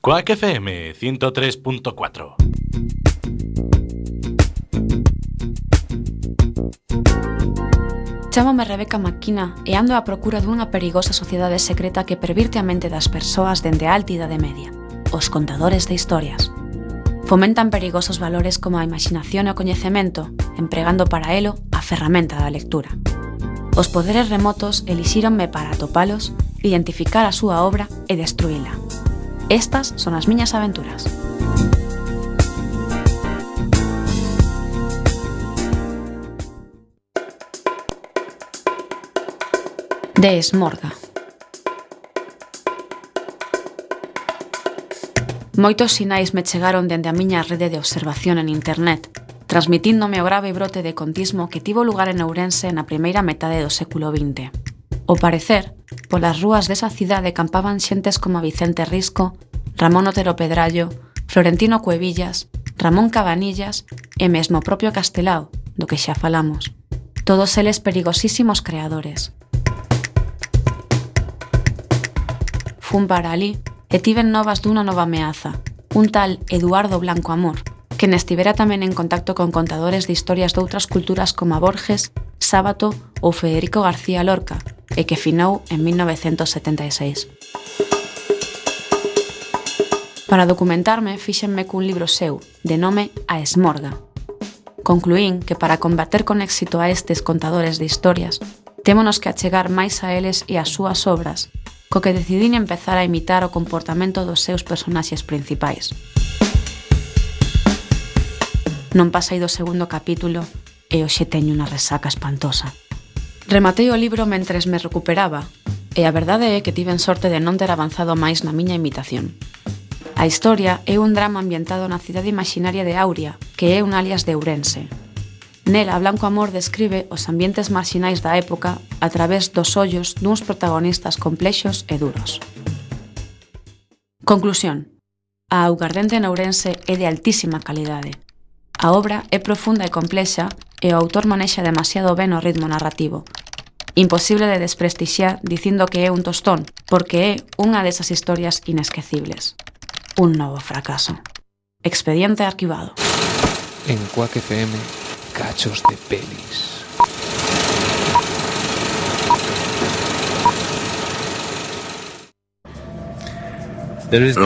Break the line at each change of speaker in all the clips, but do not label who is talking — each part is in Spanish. Quack FM 103.4.
Chámame Rebeca Maquina e ando á procura dunha perigosa sociedade secreta que pervirte a mente das persoas dende a alta idade media, os contadores de historias. Fomentan perigosos valores como a imaginación e o coñecemento, empregando para elo a ferramenta da lectura. Os poderes remotos elixíronme para atopalos, identificar a súa obra e destruíla. Estas son as miñas aventuras. de Esmorga. Moitos sinais me chegaron dende a miña rede de observación en internet, transmitíndome o grave brote de contismo que tivo lugar en Ourense na primeira metade do século XX. O parecer, polas rúas desa cidade campaban xentes como Vicente Risco, Ramón Otero Pedrallo, Florentino Cuevillas, Ramón Cabanillas e mesmo o propio Castelao, do que xa falamos. Todos eles perigosísimos creadores. fun para ali e tiven novas dunha nova ameaza, un tal Eduardo Blanco Amor, que nestivera tamén en contacto con contadores de historias doutras culturas como a Borges, Sábato ou Federico García Lorca, e que finou en 1976. Para documentarme, fíxenme cun libro seu, de nome A Esmorga. Concluín que para combater con éxito a estes contadores de historias, témonos que achegar máis a eles e as súas obras, co que decidín empezar a imitar o comportamento dos seus personaxes principais. Non pasei do segundo capítulo e hoxe teño unha resaca espantosa. Rematei o libro mentres me recuperaba, e a verdade é que tiven sorte de non ter avanzado máis na miña imitación. A historia é un drama ambientado na cidade imaginaria de Auria, que é un alias de Ourense. Nela, Blanco Amor describe os ambientes marxinais da época a través dos ollos duns protagonistas complexos e duros. Conclusión. A augardente en Ourense é de altísima calidade. A obra é profunda e complexa e o autor manexa demasiado ben o ritmo narrativo. Imposible de desprestixiar dicindo que é un tostón, porque é unha desas historias inesquecibles. Un novo fracaso. Expediente arquivado.
En Quack FM cachos de pelis.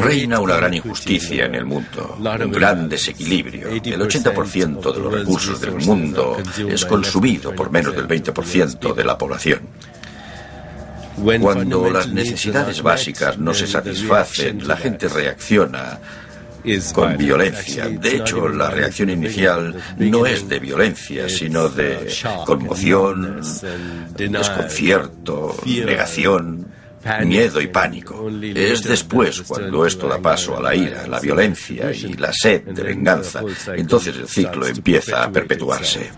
Reina una gran injusticia en el mundo, un gran desequilibrio. El 80% de los recursos del mundo es consumido por menos del 20% de la población. Cuando las necesidades básicas no se satisfacen, la gente reacciona con violencia. De hecho, la reacción inicial no es de violencia, sino de conmoción, desconcierto, negación, miedo y pánico. Es después cuando esto da paso a la ira, la violencia y la sed de venganza. Entonces el ciclo empieza a perpetuarse.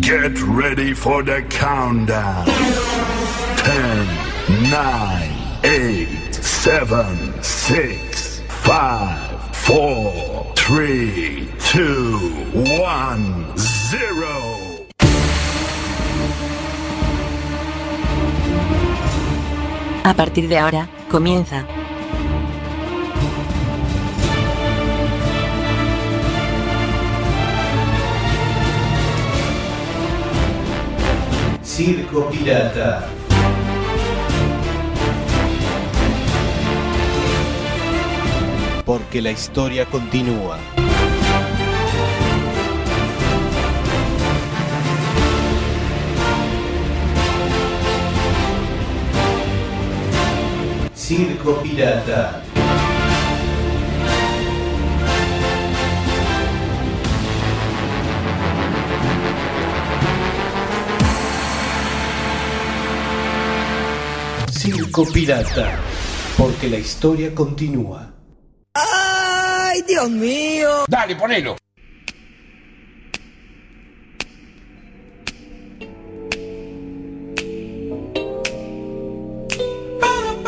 Get ready for the countdown. 10, 9, 8, 7, 6, 5, 4, 3, 2, 1, 0.
A partir de ahora, comienza.
Circo Pirata. Porque la historia continúa. Circo Pirata. Circo Pirata. Porque la historia continúa.
¡Ay, Dios mío!
Dale, ponelo.
ah, ah. ah,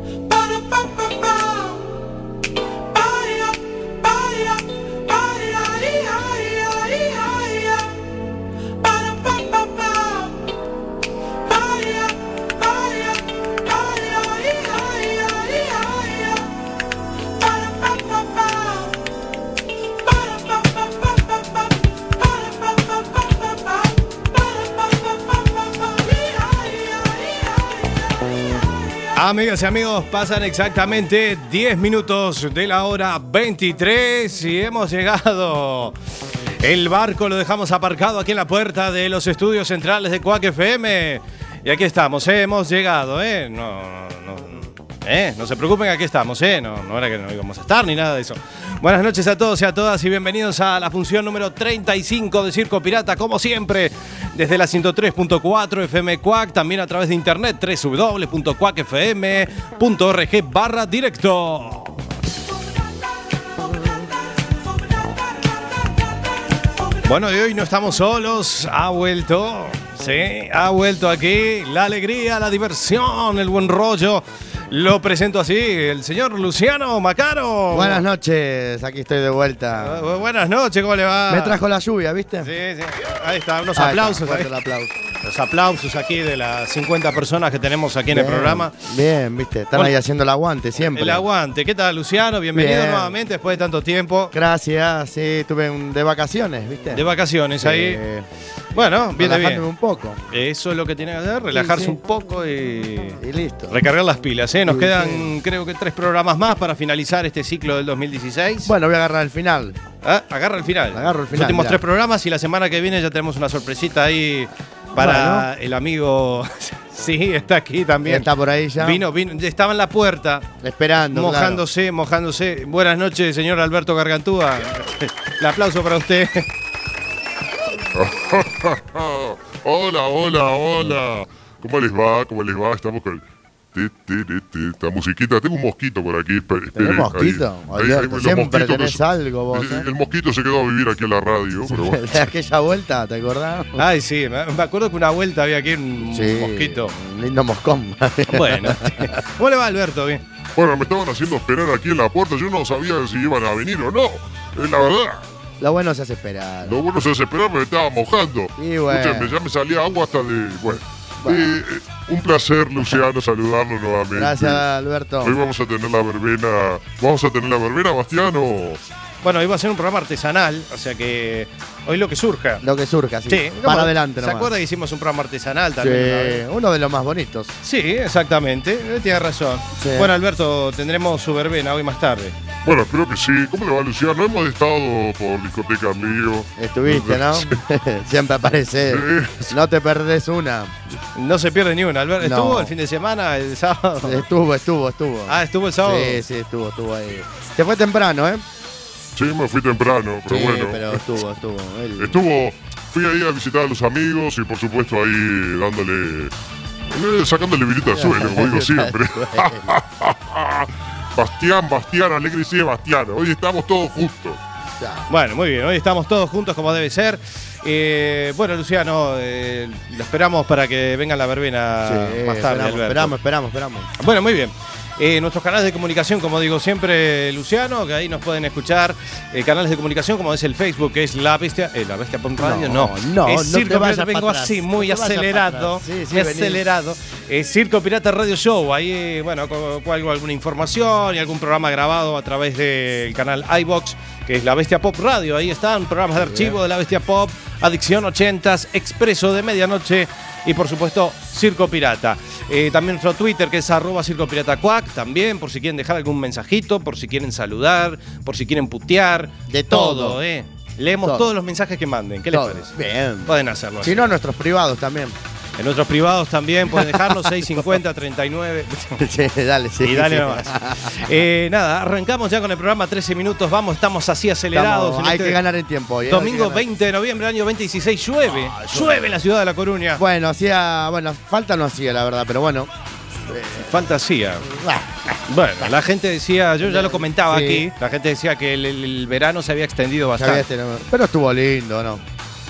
ah. ah, ah.
Amigas y amigos, pasan exactamente 10 minutos de la hora 23 y hemos llegado. El barco lo dejamos aparcado aquí en la puerta de los estudios centrales de Cuac FM. Y aquí estamos, ¿eh? hemos llegado, ¿eh? No, no, no, ¿eh? no se preocupen, aquí estamos, ¿eh? No, no era que no íbamos a estar ni nada de eso. Buenas noches a todos y a todas y bienvenidos a la función número 35 de Circo Pirata, como siempre, desde la 103.4 FM Cuac, también a través de internet www.cuacfm.org barra directo. Bueno, y hoy no estamos solos, ha vuelto, sí, ha vuelto aquí la alegría, la diversión, el buen rollo. Lo presento así, el señor Luciano Macaro.
Buenas noches, aquí estoy de vuelta.
Bu- Buenas noches, ¿cómo le va?
Me trajo la lluvia, ¿viste?
Sí, sí. Ahí está, unos
Ahí está,
aplausos.
fuerte
ahí.
el aplauso.
Los aplausos aquí de las 50 personas que tenemos aquí en el
Bien,
programa.
Bien, ¿viste? Están
Bueno.
ahí haciendo el aguante siempre.
El aguante. ¿Qué tal, Luciano? Bienvenido
Bien.
nuevamente después de tanto tiempo
Gracias, sí, tuve un de vacaciones, ¿viste?
de vacaciones
Sí.
ahí. Bueno, viene
Relajándome
bien.
un poco.
Eso es lo que tiene que hacer, relajarse
sí.
un poco y
Y listo.
recargar las pilas. ¿eh? Nos
Sí,
quedan,
sí.
creo que, tres programas más para finalizar este ciclo del 2016.
Bueno, voy a agarrar el final.
Ah, agarra el final.
Agarro el
Los
final,
últimos
mirá.
tres programas y la semana que viene ya tenemos una sorpresita ahí para el amigo. sí, está aquí también.
Está por ahí ya.
Vino, vino, estaba en la puerta,
Esperando. claro.
mojándose, mojándose. Buenas noches, señor Alberto Gargantúa. El aplauso para usted.
Ah, hola, hola, hola. ¿Cómo les va? ¿Cómo les va? Estamos con ti, ti, ti, ti, esta musiquita. Tengo un mosquito por aquí. espe- espere,
¿Tenés
ahí.
mosquito?
Ahí, ahí,
Alberto,
los
siempre
mosquitos me
tenés
so-
algo vos,
el,
¿eh?
el mosquito se quedó a vivir aquí en la radio, pero bueno.
De aquella vuelta, ¿te acordás?
Ay, sí, me me acuerdo que una vuelta había aquí un
Sí,
mosquito.
un Lindo moscón.
Bueno, ¿cómo le va Alberto? Bien.
Bueno, me estaban haciendo esperar aquí en la puerta. Yo no sabía si iban a venir o no. Es la verdad.
Lo bueno se hace esperar.
Lo bueno es desesperar, pero me estaba mojando.
Y bueno.
Escúchame, ya me salía agua hasta de. Bueno. Eh, eh, un placer, Luciano, saludarlo nuevamente.
Gracias, Alberto.
Hoy vamos a tener la verbena. Vamos a tener la verbena, Bastiano.
Bueno, iba a ser un programa artesanal, o sea que hoy lo que surja.
Lo que surja, sí.
Sí,
Para
¿cómo?
adelante
¿Se
nomás.
acuerda que hicimos un programa artesanal
Sí,
también? una vez?
uno de los más bonitos.
Sí, exactamente, eh, tiene razón.
Sí.
Bueno, Alberto, tendremos su verbena hoy más tarde.
Bueno, espero que sí. ¿Cómo le va, Luciano? Hemos estado por discoteca amigo.
Estuviste, ¿no? Siempre aparece. No te perdés una.
No se pierde ni una, Albert.
No.
¿Estuvo el fin de semana, el sábado?
Estuvo, estuvo, estuvo.
Ah, estuvo el sábado.
Sí, sí, estuvo, estuvo ahí. Se fue temprano, ¿eh?
Sí, me fui temprano, pero
sí,
bueno.
pero estuvo, estuvo. El-
Estuvo, fui ahí a visitar a los amigos y por supuesto ahí dándole, eh, sacándole virita al suelo, como digo siempre. Bastián, Bastián, alegre y Sebastián, hoy estamos todos juntos.
Bueno, muy bien, hoy estamos todos juntos como debe ser. Eh, bueno, Luciano, eh, lo esperamos para que venga la verbena
Sí,
más tarde.
esperamos,
Alberto.
esperamos, esperamos, esperamos.
Bueno, muy bien. Eh, nuestros canales de comunicación, como digo siempre, Luciano, que ahí nos pueden escuchar. eh, canales de comunicación, como es el Facebook, que es La Bestia. eh, la Bestia Punk Radio, no.
no,
es
no
Circo
te vayas
Pirata,
pa'
vengo
atrás,
así, muy
no te vayas pa'
acelerado.
atrás. Sí, sí,
muy
venís.
acelerado. Eh, Circo Pirata Radio Show. Ahí, eh, bueno, co- co- algo- alguna información y algún programa grabado a través del canal iBox, que es La Bestia Pop Radio. Ahí están programas de archivo de La Bestia Pop, Adicción 80s, Expreso de Medianoche y, por supuesto, Circo Pirata. Eh, también nuestro Twitter, que es arroba Circo Pirata Cuac, también, por si quieren dejar algún mensajito, por si quieren saludar, por si quieren putear.
De todo.
¿eh? Leemos
Todo.
todos los mensajes que manden. ¿Qué les
Todo.
parece?
Bien.
Pueden hacerlo. así.
Si no, nuestros privados también.
En nuestros privados también pueden dejarnos 650 39
Sí, dale, sí.
y dale
sí.
nomás. Eh, nada, arrancamos ya con el programa 13 minutos, vamos, estamos así acelerados.
Estamos-
en
hay
este
que ganar en tiempo. hoy, ¿eh?
Domingo
Hay que ganar. Ah,
20 de noviembre, año 2016, llueve. llueve en la ciudad de La Coruña.
Bueno, hacía. Bueno, falta no hacía, la verdad, pero bueno. eh,
Fantasía.
Ah,
Bueno, la gente decía, yo ya lo comentaba
Sí.
aquí, la gente decía que el, el- el verano se había extendido
ya había
bastante.
este nombre. Pero estuvo lindo, ¿no?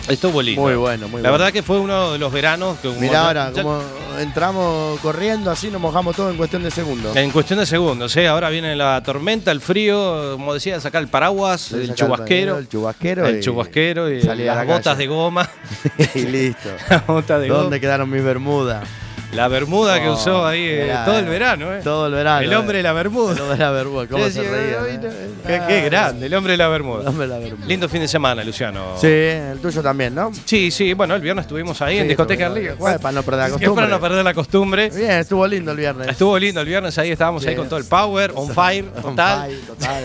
Estuvo lindo.
Muy bueno, muy
La
bueno.
verdad que fue uno de los veranos que...
Mirá ahora,
Ya-
como entramos corriendo así, nos mojamos todo en cuestión de segundos.
En cuestión de segundos, ¿eh? ahora viene la tormenta, el frío, como decía, sacar el paraguas,
Sacar
el
el
chubasquero.
paraguas, el chubasquero
El
y-
chubasquero y
salir a
las
la
botas
calle.
de goma.
y listo.
las botas de
¿Dónde
goma.
quedaron mis bermudas?
La bermuda que
Oh,
usó ahí eh,
mirá,
todo el
eh.
verano, ¿eh?
Todo el verano.
El hombre de la
El
bermuda.
hombre de la bermuda, cómo se
Decía,
reían,
"Ay,
eh.
no, Qué, qué grande, el hombre de la
El
bermuda.
hombre de la bermuda.
Lindo fin de semana, Luciano.
Sí, el tuyo también, ¿no?
Sí, sí, bueno, el viernes estuvimos ahí en
Sí,
Discoteca
estuvo-
Río.
Fue para no perder la
Es que para
costumbre.
no perder la costumbre.
Bien, estuvo lindo el viernes.
Estuvo lindo el viernes, ahí estábamos ahí
Sí.
con todo el power, on fire,
On
total.
fire,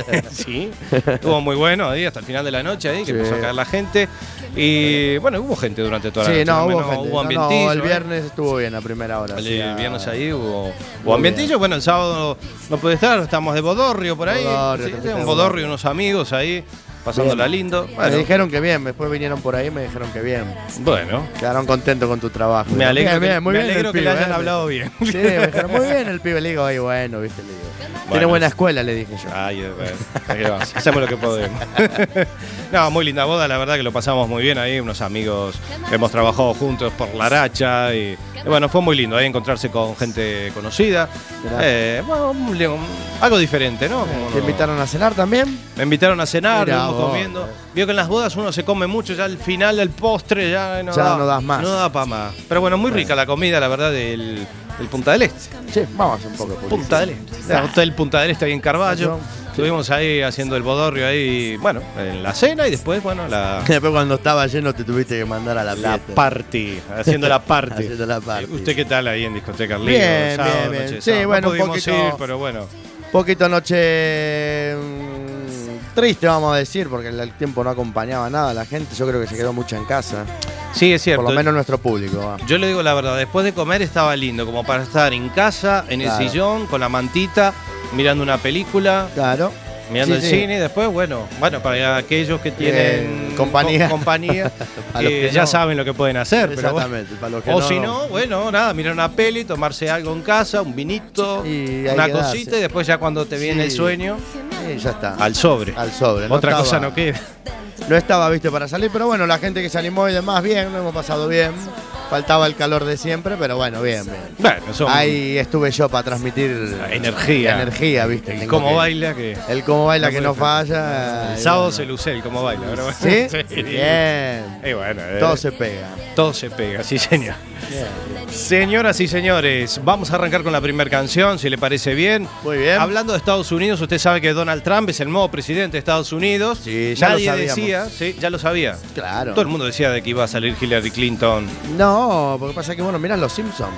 total.
sí, estuvo muy bueno ahí hasta el final de la noche, ahí que
Sí.
empezó a caer la gente. Y bueno, hubo gente durante toda la
Sí,
noche.
no,
al
hubo
menos
gente. No, no,
ambientillo,
el
¿eh?
viernes estuvo bien a primera hora.
El
o sea,
viernes ahí hubo, hubo
bien.
ambientillo. Bueno, el sábado no pude estar, estamos de Bodorrio por ahí.
Bodorrio,
Sí,
te fuiste
un
de
Bodorrio,
Bodorrio.
unos amigos ahí, pasándola lindo.
Me
Bueno,
dijeron que bien, después vinieron por ahí y me dijeron que bien.
bueno,
Quedaron contentos con tu trabajo.
me alegro,
Bien,
que,
bien, muy
me
bien el
alegro que le
pibe,
hayan
eh.
hablado bien.
Sí, me dijeron, muy bien el pibe. Le digo, ay, bueno, viste, le digo. Tiene
Bueno.
buena escuela, le dije yo.
Ay, eh, bueno, ahí va, hacemos lo que podemos. no, muy linda boda, la verdad que lo pasamos muy bien ahí, unos amigos que hemos trabajado juntos por la racha y, y bueno, fue muy lindo ahí encontrarse con gente conocida.
Mirá.
Eh, bueno, un- un- algo diferente, ¿no? Como
¿Te
no-
invitaron a cenar también?
Me invitaron a cenar,
Mirá
estuvimos
vos.
comiendo. Vio que en las bodas uno se come mucho, ya al final del postre ya no,
Ya
da,
no das más.
No da para más. Pero bueno, muy rica la comida, la verdad, del, del Punta del Este.
Sí, vamos a hacer un poco de publicidad.
Punta del Este. El Hotel Punta del Este ahí en Carballo.
Exacto.
Estuvimos ahí haciendo el bodorrio ahí, bueno, en la cena y después, bueno, la,
Después cuando estaba lleno te tuviste que mandar a la
la
fiesta.
party. Haciendo la party.
Haciendo la party.
¿Usted qué tal ahí en Discoteca Carlito?
Bien, bien, bien. Sí, bueno,
no
un
pudimos
poquito-
ir, pero bueno.
Poquito noche mm, triste vamos a decir, porque el- el tiempo no acompañaba nada a la gente. Yo creo que se quedó mucho en casa.
Sí, es cierto.
Por lo menos nuestro público. va.
Yo le digo la verdad, después de comer estaba lindo, como para estar en casa, en
Claro.
el sillón, con la mantita, mirando una película,
Claro.
mirando
Sí,
el
sí.
cine, y después, bueno, bueno, para aquellos que tienen
Eh, compañía.
co- compañía,
A los
eh,
que
ya
no.
saben lo que pueden hacer, pero bueno.
Exactamente. Para los que
O si no, bueno, nada, mirar una peli, tomarse algo en casa, un vinito,
Y ahí
una
quedarse.
cosita, y después ya cuando te viene
Sí.
el sueño,
Sí, ya está.
al sobre.
Al sobre.
Otra
estaba-
cosa no queda.
No estaba, viste, para salir, pero bueno, la gente que se animó y demás, bien, lo hemos pasado bien. Faltaba el calor de siempre, pero bueno, bien, bien.
Bueno, son
Ahí estuve yo para transmitir
La energía.
energía, viste.
el
Tengo
cómo
que-
baila que...
El cómo baila
No
que
puede
no
ser.
falla.
El
y
sábado
bueno.
se luce el cómo baila, ¿verdad?
¿Sí?
Sí.
Bien.
Y bueno, eh,
Todo se pega.
Todo se pega, sí señor. Señoras y señores, vamos a arrancar con la primera canción, si le parece bien.
Muy bien.
Hablando de Estados Unidos, usted sabe que Donald Trump es el nuevo presidente de Estados Unidos.
Sí, ya lo
Nadie
sabíamos.
decía, sí, ya lo sabía.
Claro.
Todo el mundo decía de que iba a salir Hillary Clinton.
No, porque pasa que, bueno, miran los Simpsons.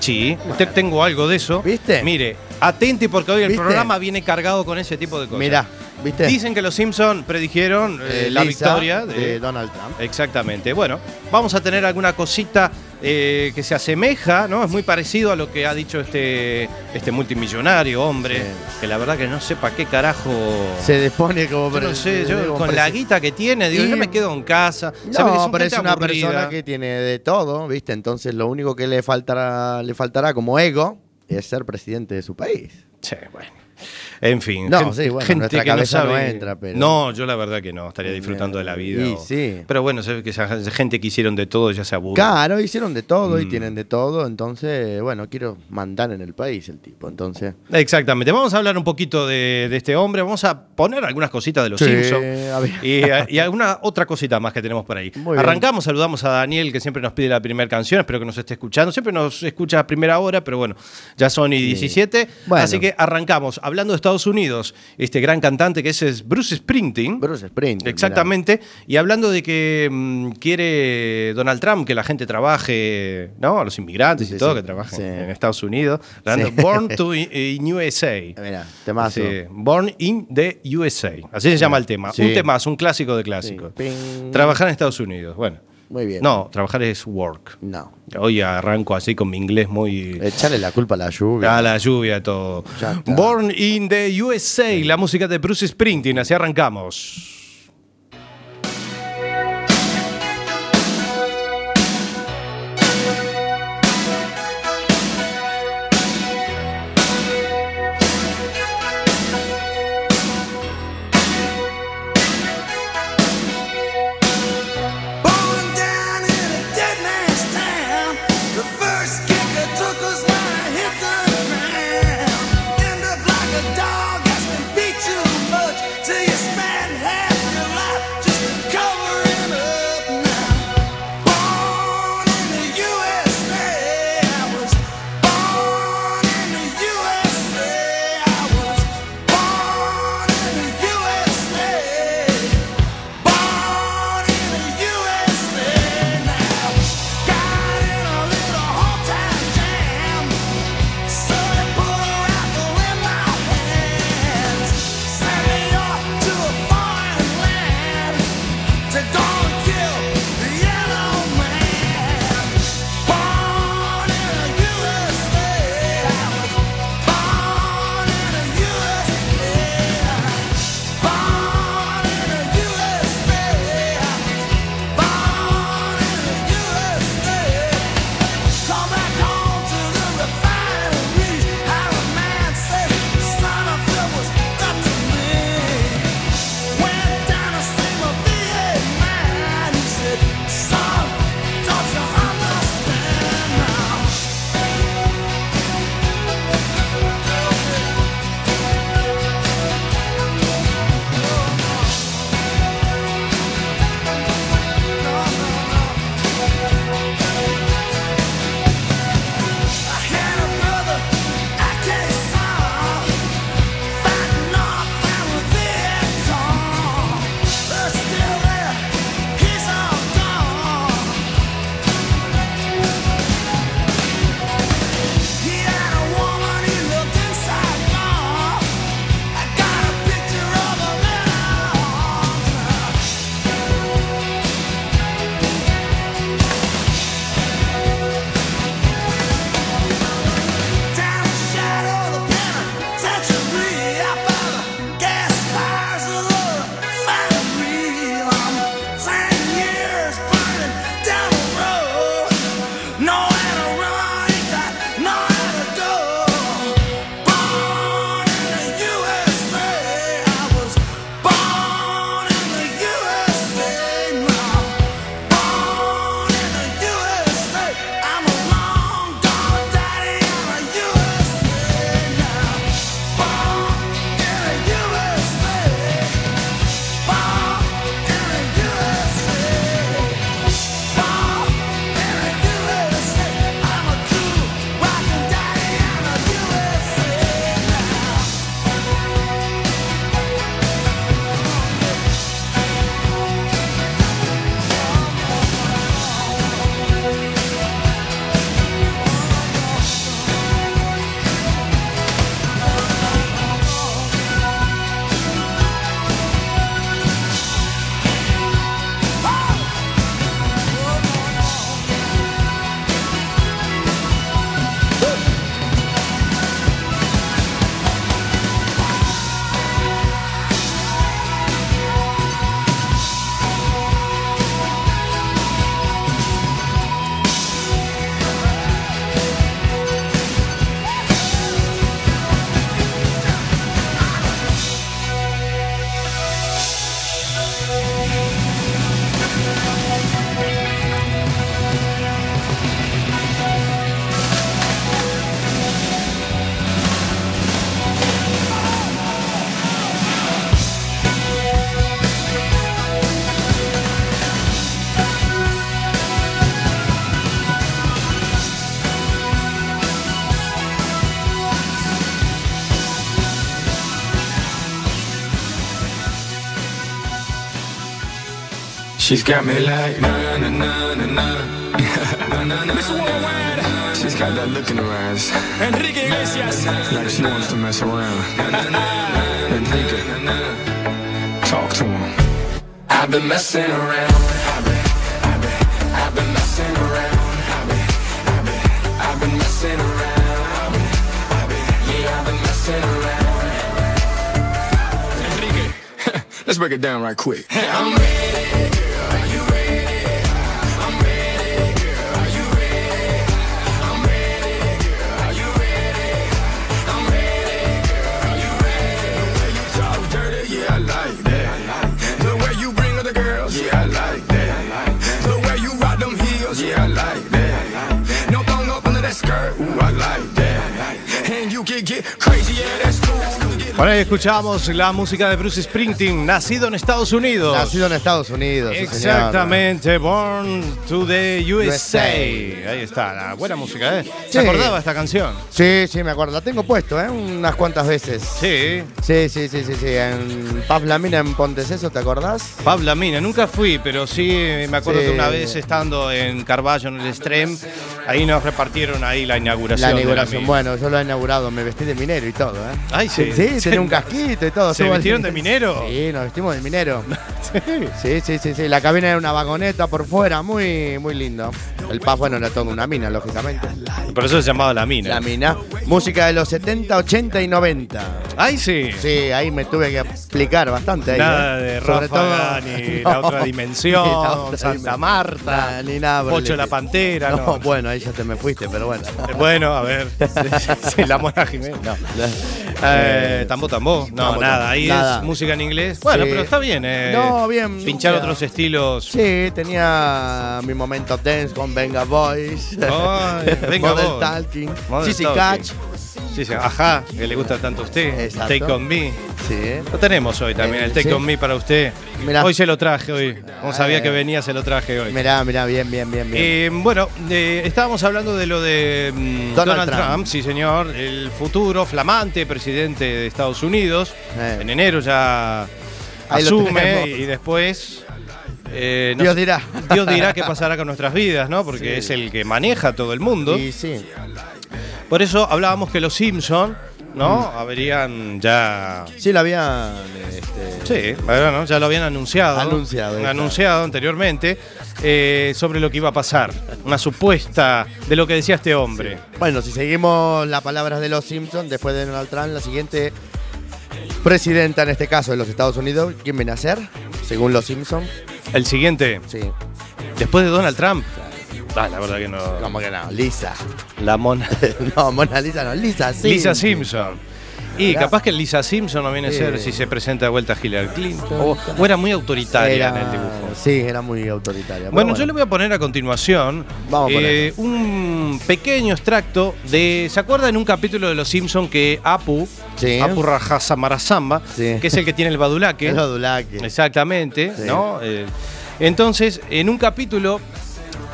Sí, usted tengo algo de eso. ¿Viste? Mire, atente porque hoy el
¿Viste?
programa viene cargado con ese tipo de cosas.
Mirá, ¿viste?
Dicen que los Simpson predijeron eh, la
Lisa,
victoria
de Donald Trump.
Exactamente. Bueno, vamos a tener alguna cosita eh, que se asemeja, ¿no? Es muy parecido a lo que ha dicho este, este multimillonario hombre, que la verdad que no sé para qué carajo.
Se despone como
Yo no
pre-
sé, yo
como
con la
presi-
guita que tiene, digo,
Y-
yo me quedo en casa. ¿Sabe que
No,
son
pero
gente
es una
aburrida?
persona que tiene de todo, ¿viste? Entonces lo único que le faltará, le faltará como ego es ser presidente de su país.
Sí, bueno. En fin.
No,
gen-
sí, bueno, nuestra cabeza no entra, pero-
No, yo la verdad que no, estaría disfrutando de la vida.
y
o-
sí.
Pero bueno, se ve que esa gente que hicieron de todo ya se aburre.
Claro, hicieron de todo y
Mm.
tienen de todo, entonces, bueno, quiero mandar en el país el tipo, entonces.
Exactamente. Vamos a hablar un poquito de, de este hombre. Vamos a poner algunas cositas de los
Sí,
Simpsons.
a ver.
Y, eh, y alguna otra cosita más que tenemos por ahí.
Muy bien.
Arrancamos, saludamos a Daniel, que siempre nos pide la primera canción. Espero que nos esté escuchando. Siempre nos escucha a primera hora, pero bueno, ya son y 17.
Bueno.
Así que arrancamos. Hablando de Estados Unidos, este gran cantante que ese es Bruce Springsteen.
Bruce Springsteen.
Exactamente. Y hablando de que mm, quiere Donald Trump que la gente trabaje, ¿no? A los inmigrantes y
Sí,
todo,
sí.
que trabajen
Sí.
en Estados Unidos. Hablando
Sí.
de Born to i- in USA.
Mira, temazo.
Sí, Born in the USA. Así se llama el tema.
Sí.
Un temazo, un clásico de clásicos.
Ping.
Trabajar en Estados Unidos. Bueno.
Muy bien.
No, trabajar es work.
No.
Hoy arranco así con mi inglés muy.
Echarle la culpa a la lluvia.
A la lluvia, todo. Born in the USA, la música de Bruce Springsteen. Así arrancamos.
End up like a dog that's been beat too much till you spend half
She's got me like na na na na na na na na. She's got that look in her eyes. Enrique Iglesias. Like she wants to mess around. Enrique, talk to him. I've been messing around. I've been, I've been, I've been messing around. I've been, I've been, I've been messing around. I've been, I've been, yeah, I've been messing around. Enrique, let's break it down right quick. I'm ready. Yeah, I like that. The way you bring other girls, yeah, I like that. The way you ride them heels, yeah, I like that. No thong up under that skirt, ooh, I like that. And you can get crazy, yeah, that's cool.
Bueno, ahí escuchamos la música de Bruce Springsteen, nacido en Estados Unidos.
Nacido en Estados Unidos. sí, señor.
Exactamente, Born to the USA. Ahí está, la buena música, ¿eh? ¿Se
Sí.
acordaba esta canción?
Sí, sí, me acuerdo. La tengo puesto, ¿eh? Unas cuantas veces.
Sí.
Sí, sí, sí, sí, sí. En Paz Lamina, en Ponteceso, ¿te acordás?
Pabla Mina, nunca fui, pero sí me acuerdo
Sí.
que una vez estando en Carballo, en el Extrem, ahí nos repartieron ahí la inauguración.
la
de
inauguración.
mina.
bueno, yo lo he inaugurado. Me vestí de minero y todo, ¿eh?
Ay, sí.
Sí,
Se-
tenía un casquito y todo.
¿Se
Subo al-
vistieron de minero?
Sí, nos vestimos de minero. sí, sí, sí, sí. La cabina era una vagoneta por fuera, muy, muy lindo. El Paz, bueno, era toda una mina, lógicamente.
Por eso se llamaba La Mina.
La mina. Música de los 70, 80 y 90.
Ay, sí.
Sí, ahí me tuve que aplicar bastante. ahí,
Nada
¿eh?
de
Sobre
Ráfaga,
todo-
ni La Otra Dimensión,
ni La Otra
Santa
Dimensión.
Marta,
Nada, ni nada. por el
Pocho la
estilo.
Pantera,
No,
no.
bueno, ahí ya te me fuiste, pero bueno.
Bueno, a ver. Sí, sí, la Mona Jiménez. No. Eh, tambo, tambo. No,
Tambo,
nada.
tambo.
Ahí
Nada.
es música en inglés. Bueno,
Sí.
pero está bien. eh,
No, bien.
Pinchar
Ya.
otros estilos.
Sí, tenía mi momento dance con Venga Boys.
Ay, venga
Model
vos.
Talking.
Model
Sissy
Talking.
Catch.
Sí, sí, ajá, que le gusta tanto a usted.
Exacto.
Take on me.
Sí.
Lo tenemos hoy también,
Eh,
el Take
sí.
on me para usted.
Mirá.
Hoy se lo traje hoy. Como sabía
Eh.
que venía, se lo traje hoy.
Mirá, mirá, bien, bien, bien, bien.
Eh, bueno, eh, estábamos hablando de lo de mm,
Donald
Donald, Trump.
Trump,
sí señor, el futuro flamante presidente de Estados Unidos.
Eh.
En enero ya
Ahí lo
asume
tenemos.
y después... eh, no
Dios
sé,
dirá.
Dios dirá qué pasará con nuestras vidas, ¿no? Porque es el que maneja todo el mundo.
Y sí.
Por eso hablábamos que los Simpson, ¿no? Habrían ya.
Mm. Sí, lo habían. este,
Sí, bueno, ¿no? ya lo habían anunciado.
Anunciado, exacto.
Anunciado anteriormente eh, sobre lo que iba a pasar. Una supuesta de lo que decía este hombre.
Bueno, si seguimos las palabras de los Simpsons, después de Donald Trump, la siguiente presidenta, en este caso de los Estados Unidos, ¿quién viene a ser? Según los Simpsons.
El siguiente,
Sí.
después de Donald Trump. Ah, la verdad que no.
Como que no, Lisa.
La mona.
no, Mona Lisa no, Lisa sí.
Lisa Simpson. Y
Mirá.
capaz que Lisa Simpson no viene a
Sí.
ser si se presenta de vuelta a Hillary Clinton. O, o era muy autoritaria
Era-
en el dibujo.
Sí, era muy autoritaria. pero
Bueno, yo le voy a poner a continuación
Vamos a
eh, un pequeño extracto de. ¿Se acuerdan en un capítulo de Los Simpson que Apu,
Sí.
Apu Rajasamarasamba,
Sí.
que es el que tiene el badulaque?
Es lo Dulaque.
Exactamente,
Sí.
¿no? Eh, entonces, en un capítulo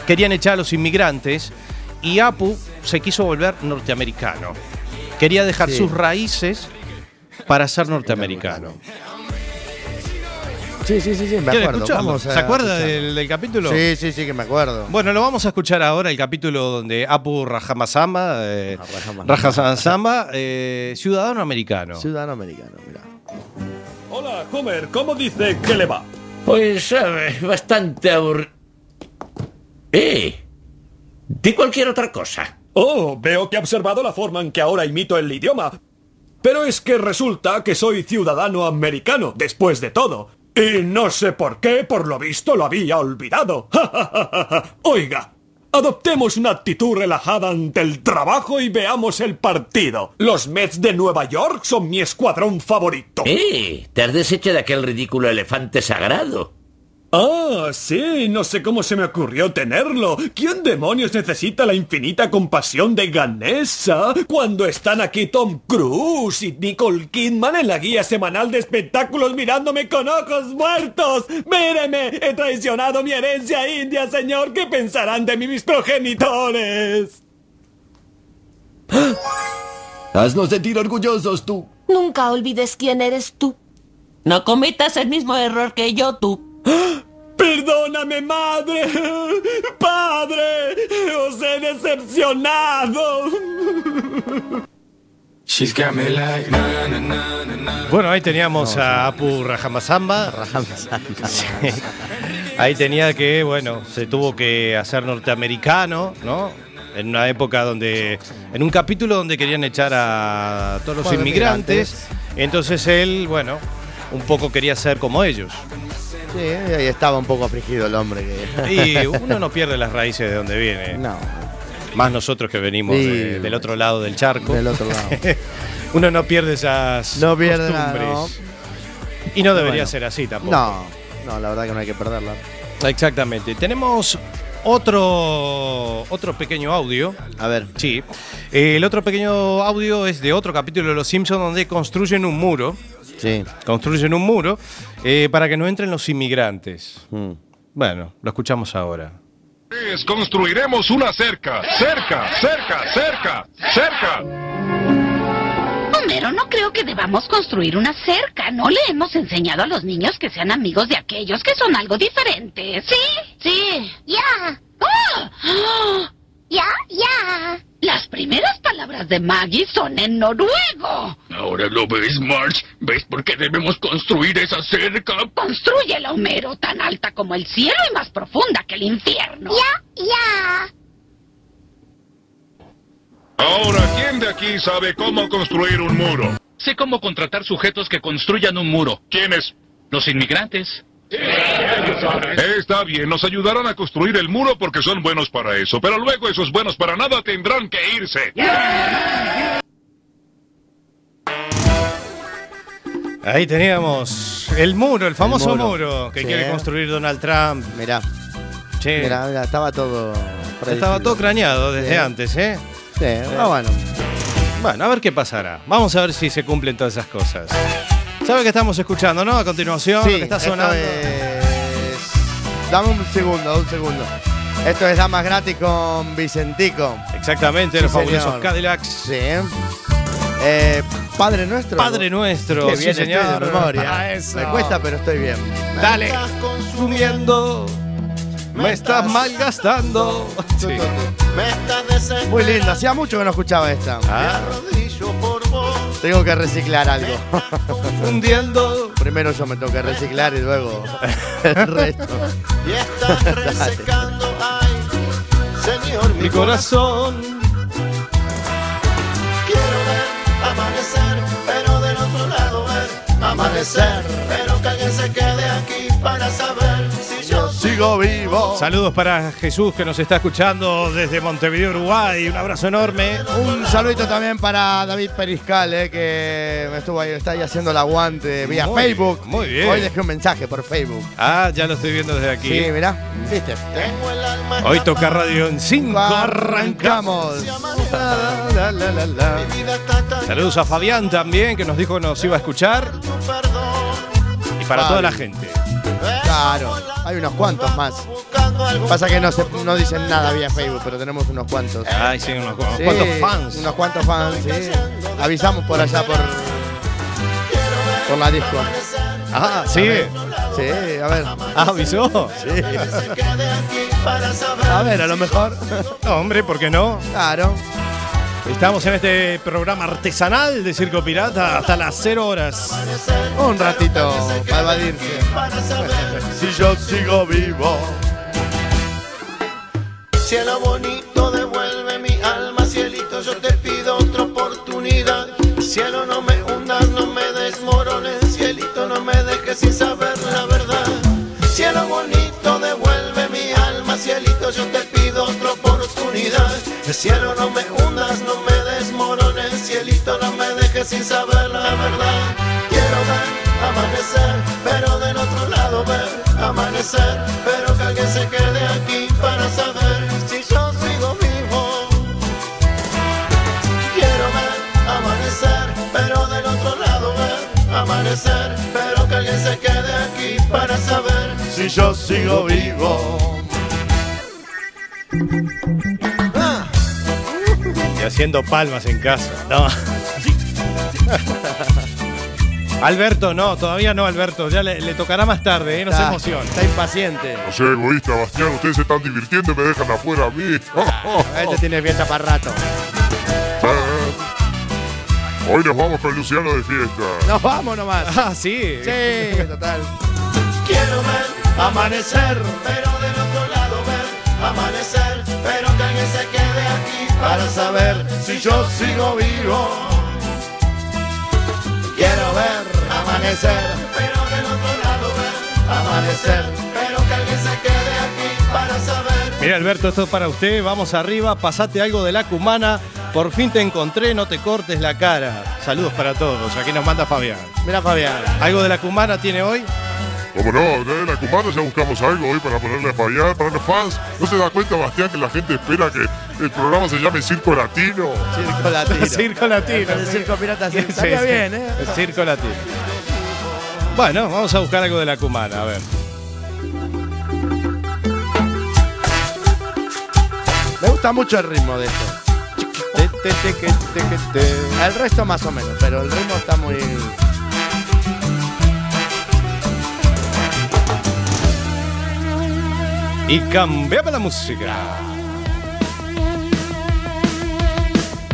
querían echar a los inmigrantes y Apu se quiso volver norteamericano. Quería dejar
Sí.
sus raíces para ser norteamericano.
Sí, sí, sí, sí, me
¿Quiere
acuerdo.
escucharlo?
Vamos a
¿Se acuerda
escucharlo.
del, del capítulo?
Sí, sí, sí, que me acuerdo.
Bueno, lo vamos a escuchar ahora, el capítulo donde Apu Rajamasama, eh,
Ah, Rajamasama.
Rajamasama, eh, ciudadano americano.
Ciudadano americano, mirá.
Hola, Homer, ¿cómo dice que le va?
Pues, sabes, bastante aburrido. ¡Eh! Di cualquier otra cosa.
Oh, veo que ha observado la forma en que ahora imito el idioma. Pero es que resulta que soy ciudadano americano, después de todo. Y no sé por qué, por lo visto, lo había olvidado. Oiga, adoptemos una actitud relajada ante el trabajo y veamos el partido. Los Mets de Nueva York son mi escuadrón favorito.
¡Eh! Te has deshecho de aquel ridículo elefante sagrado.
Ah, sí, no sé cómo se me ocurrió tenerlo. ¿Quién demonios necesita la infinita compasión de Ganesa cuando están aquí Tom Cruise y Nicole Kidman en la guía semanal de espectáculos mirándome con ojos muertos? ¡Míreme! He traicionado mi herencia india, señor. ¿Qué pensarán de mí mis progenitores?
¡Ah! Haznos sentir orgullosos tú.
Nunca olvides quién eres tú. No cometas el mismo error que yo tú.
Perdóname, madre. Padre. Os he decepcionado.
She's got me like na na na na na.
Bueno, ahí teníamos a Apu Rajamasamba. Sí. Ahí tenía que, bueno, se tuvo que hacer norteamericano, ¿no? En una época donde. En un capítulo donde querían echar a todos los
Todos los
inmigrantes. Entonces él, bueno, un poco quería ser como ellos.
Sí, ahí estaba un poco afligido el hombre. que-
Y uno no pierde las raíces de donde viene.
No.
Más nosotros que venimos
Sí.
de- del otro lado del charco.
Del otro lado.
uno no pierde esas
No pierde nada,
costumbres. Y no debería
Bueno.
ser así tampoco.
No, no, la verdad que no hay que perderla.
Exactamente. Tenemos otro, otro pequeño audio.
A ver.
Sí. Eh, el otro pequeño audio es de otro capítulo de Los Simpsons donde construyen un muro.
Sí.
Construyen un muro eh, para que no entren los inmigrantes.
Mm.
Bueno, lo escuchamos ahora.
Tres, Pues Construiremos una cerca, cerca, cerca, cerca, cerca.
Homero, no creo que debamos construir una cerca. No le hemos enseñado a los niños que sean amigos de aquellos que son algo diferentes. ¿Sí? Sí. Ya. Ya, ya. ¡Oh! Las primeras palabras de Maggie son en noruego.
Ahora lo ves, Marge. ¿Ves por qué debemos construir esa cerca?
Construyela, Homero, tan alta como el cielo y más profunda que el infierno. Ya, ya.
Ahora, ¿quién de aquí sabe cómo construir un muro?
Sé cómo contratar sujetos que construyan un muro. ¿Quiénes? Los inmigrantes.
Está bien, nos ayudarán a construir el muro porque son buenos para eso, pero luego esos buenos para nada tendrán que irse.
Ahí teníamos el muro, el famoso
muro.
muro, que
Sí.
quiere construir Donald Trump.
Mirá.
Che,
Mirá, mirá, estaba todo.
estaba todo craneado desde
Sí.
antes, ¿eh?
Sí, ah, bueno.
Bueno, a ver qué pasará. Vamos a ver si se cumplen todas esas cosas. ¿Sabe qué estamos escuchando, no? A continuación,
Sí,
lo que está
esto
sonando.
es- Dame un segundo, un segundo. Esto es Damas Gratis con Vicentico.
Exactamente,
Sí,
los fabulosos
señor.
Cadillacs.
Sí. Eh, Padre Nuestro.
Padre Nuestro,
Qué
sí,
bien estoy de
señor.
memoria.
Ah, eso.
Me cuesta, pero estoy bien.
Dale. consumiendo. Me estás malgastando. Sí.
Muy lindo, hacía mucho que no escuchaba esta.
Ah.
Tengo que reciclar algo.
Hundiendo.
Primero yo me tengo que reciclar y luego el resto. Dale.
Señor,
Mi corazón.
quiero ver amanecer, pero del otro lado ver amanecer. Pero que alguien se quede aquí para saber si yo
Sigo vivo.
Saludos para Jesús que nos está escuchando desde Montevideo, Uruguay. Un abrazo enorme.
Un saludito también para David Periscal, eh, que me estuvo ahí, está ahí haciendo el aguante vía
Muy bien,
Facebook.
muy bien.
Hoy dejé un mensaje por Facebook.
Ah, ya lo estoy viendo desde aquí.
Sí, mirá, viste.
Hoy toca radio en 5.
Arrancamos. La, la, la, la.
Saludos a Fabián también que nos dijo que nos iba a escuchar. Y para
Fabi.
toda la gente.
Claro, hay unos cuantos más. Pasa que no, se, no dicen nada vía Facebook, pero tenemos unos cuantos.
Ay, sí, unos, unos
Sí,
cuantos fans.
Unos cuantos fans, sí. Avisamos por allá por, por la disco.
Ah, sí.
Sí, a ver.
Ah, avisó.
Sí.
para saber.
A ver, a lo mejor.
No, hombre, ¿por qué no?
Claro.
Estamos en este programa artesanal de Circo Pirata hasta las 0 horas.
Un ratito para evadirse. Si yo sigo vivo.
Cielo bonito, devuelve mi alma, cielito, yo te pido otra oportunidad. Cielo, no me hundas, no me desmorones, cielito, no me dejes sin saber la verdad. Cielo bonito, devuelve mi alma, cielito, yo te pido otra oportunidad. Cielo, no me hundas, no me desmorones, cielito, no me dejes sin saber la verdad. Quiero ver amanecer, pero del otro lado ver amanecer, pero que alguien se quede aquí para saber si yo sigo vivo. Quiero ver amanecer, pero del otro lado ver amanecer, pero que alguien se quede aquí para saber si yo sigo vivo.
Y haciendo palmas en casa. No. Alberto, no, todavía no, Alberto. Ya le, le tocará más tarde, ¿eh? no se
Está-
emocione.
Está impaciente.
No sé, egoísta, Bastián, ustedes se están divirtiendo y me dejan afuera a mí.
Oh,
Este tiene fiesta para rato.
Hoy nos vamos con Luciano de fiesta.
Nos vamos nomás.
Ah, sí.
Sí, total.
Quiero ver amanecer, pero del otro lado ver amanecer, pero que alguien se quede aquí para saber si yo sigo vivo. Quiero ver amanecer, pero del otro lado ver amanecer, pero que alguien se quede aquí para saber.
Mira, Alberto, esto es para usted. Vamos arriba, pasate algo de la cumana. Por fin te encontré, no te cortes la cara. Saludos para todos. Aquí nos manda Fabián.
Mira, Fabián.
¿Algo de la cumana tiene hoy?
Como no, de la cumana ya buscamos algo hoy para ponerle a fallar para los fans. ¿No se da cuenta, Bastián, que la gente espera que el programa se llame Circo Latino?
Circo Latino.
circo Latino.
El circo pirata sí.
Sí,
Estaría
sí.
bien, ¿eh?
El circo latino. Bueno, vamos a buscar algo de la cumana, a ver.
Me gusta mucho el ritmo de esto. Te, te, te, que, te, que, te. El resto más o menos, pero el ritmo está muy.
Y cambiamos la música.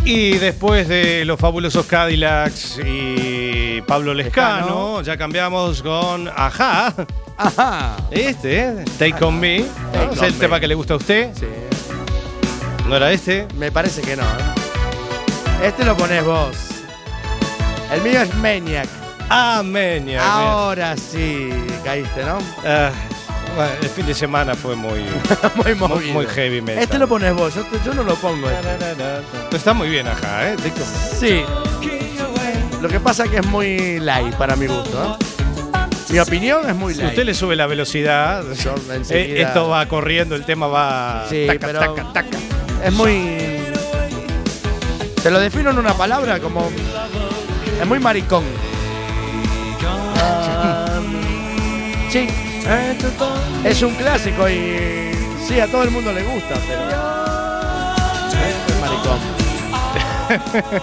Y después de los fabulosos Cadillacs y Pablo Lescano, ya cambiamos con Ajá.
Ajá.
Este, ¿eh? Take on Me.
Take
es
on
el
me.
tema que le gusta a usted.
Sí.
¿No era este?
Me parece que no, ¿eh? Este lo pones vos. El mío es Maniac.
Ah, Maniac.
Ahora sí caíste, ¿no?
Ah, bueno, el fin de semana fue muy,
muy movido.
muy heavy metal.
Este lo pones vos, yo, te- yo no lo pongo. este.
Pero está muy bien Ajá, ¿eh? Take on Me.
Sí. Lo que pasa que es muy light para mi gusto, ¿eh? Mi opinión es muy
Si
light.
usted le sube la velocidad,
Yo
eh,
enseguida-
esto va corriendo, el tema va.
Sí,
taca,
pero
taca, taca.
Es muy. Te lo defino en una palabra como. Es muy maricón. Ah, sí. Es un clásico y. Sí, a todo el mundo le gusta, pero. Es muy maricón.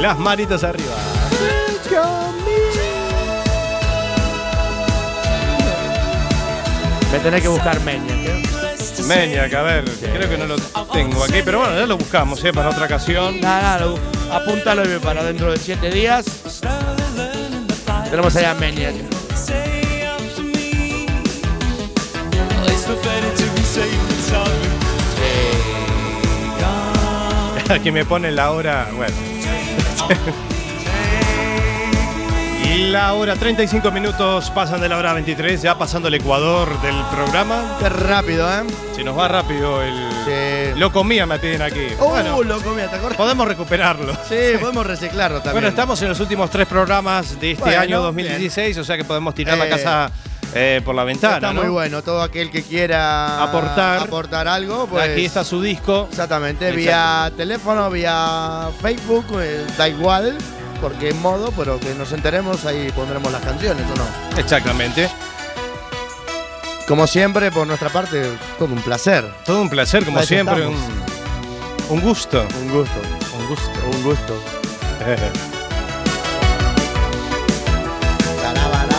Las manitas arriba.
Me tenés que buscar meña. ¿eh?
Maniac, a ver, creo que no lo tengo aquí, pero bueno, ya lo buscamos, ¿eh? Para otra ocasión.
Nada, nada, lo- apúntalo y para dentro de siete días. Tenemos ahí a Maniac.
Aquí me pone la hora, bueno. Y La hora 35 minutos pasan de la hora 23, ya pasando el Ecuador del programa.
Qué rápido, ¿eh?
Se nos va rápido el. Lo comía, me piden aquí.
Uh,
Bueno,
loco, mira, ¿te acordás?
podemos recuperarlo.
Sí, podemos reciclarlo también.
Bueno, estamos en los últimos tres programas de este
Bueno,
año 2016, o sea que podemos tirar la
Eh,
casa eh, por la ventana.
Está muy
¿no?
bueno, todo aquel que quiera
Aportar.
aportar algo, pues
Aquí está su disco.
exactamente,
Exacto.
vía teléfono, vía Facebook, eh, da igual, porque en modo, pero que nos enteremos, ahí pondremos las canciones o no.
Exactamente.
Como siempre, por nuestra parte, todo un placer.
Todo un placer, como
Para eso
siempre. Un,
estamos.
un gusto.
Un gusto,
Un gusto.
un gusto. Taraba, taraba.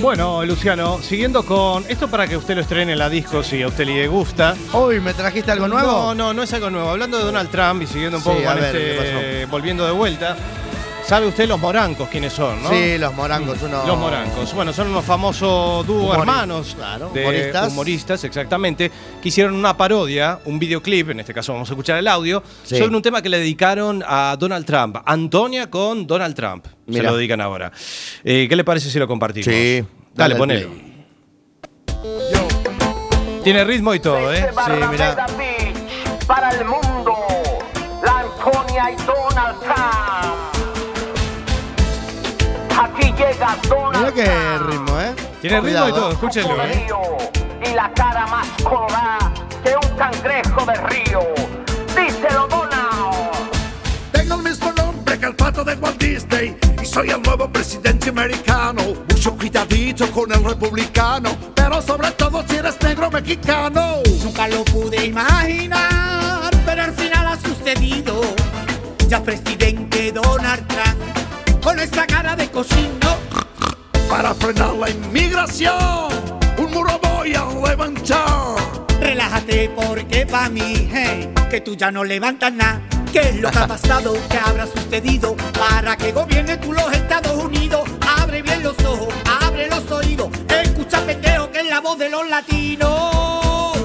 Bueno, Luciano, siguiendo con esto para que usted lo estrene en la disco si a usted le gusta.
Hoy, ¿me trajiste algo nuevo?
No, no, no es algo nuevo. Hablando de Donald Trump y siguiendo un
Sí,
poco
a
con
ver,
este-
¿qué
volviendo de vuelta. ¿Sabe usted los morancos quiénes son, no?
Sí, los morancos,
Mm,
uno-
Los morancos. Bueno, son unos famosos dúo
Humori-
hermanos.
claro,
de
humoristas.
Humoristas, exactamente. Que hicieron una parodia, un videoclip, en este caso vamos a escuchar el audio,
Sí.
sobre un tema que le dedicaron a Donald Trump. Antonia con Donald Trump. Se
Mirá.
lo dedican ahora. Eh, ¿Qué le parece si lo compartimos? Sí. Dale,
dale al
ponelo. Tiene ritmo y todo, ¿eh?
Para el mundo, la Antonia y Donald Trump. Aquí llega
Mira
Donald
qué ritmo, ¿eh?
Tiene ritmo
Cuidado,
y todo,
¿eh?
escúchenlo, ¿eh?
y la cara más colorada que un cangrejo de río. Díselo, Donald.
Tengo el mismo nombre que el pato de Walt Disney y soy el nuevo presidente americano. Mucho cuidadito con el republicano, pero sobre todo si eres negro mexicano.
Nunca lo pude imaginar, pero al final ha sucedido. Ya presidente Donald Trump, con esa cara de cochino.
Para frenar la inmigración, un muro voy a levantar.
Relájate porque pa' mí, hey, que tú ya no levantas nada. ¿Qué es lo que ha pasado? ¿Qué habrá sucedido? Para que gobierne tú los Estados Unidos, abre bien los ojos, abre los oídos, escucha pendejo que es la voz de los latinos.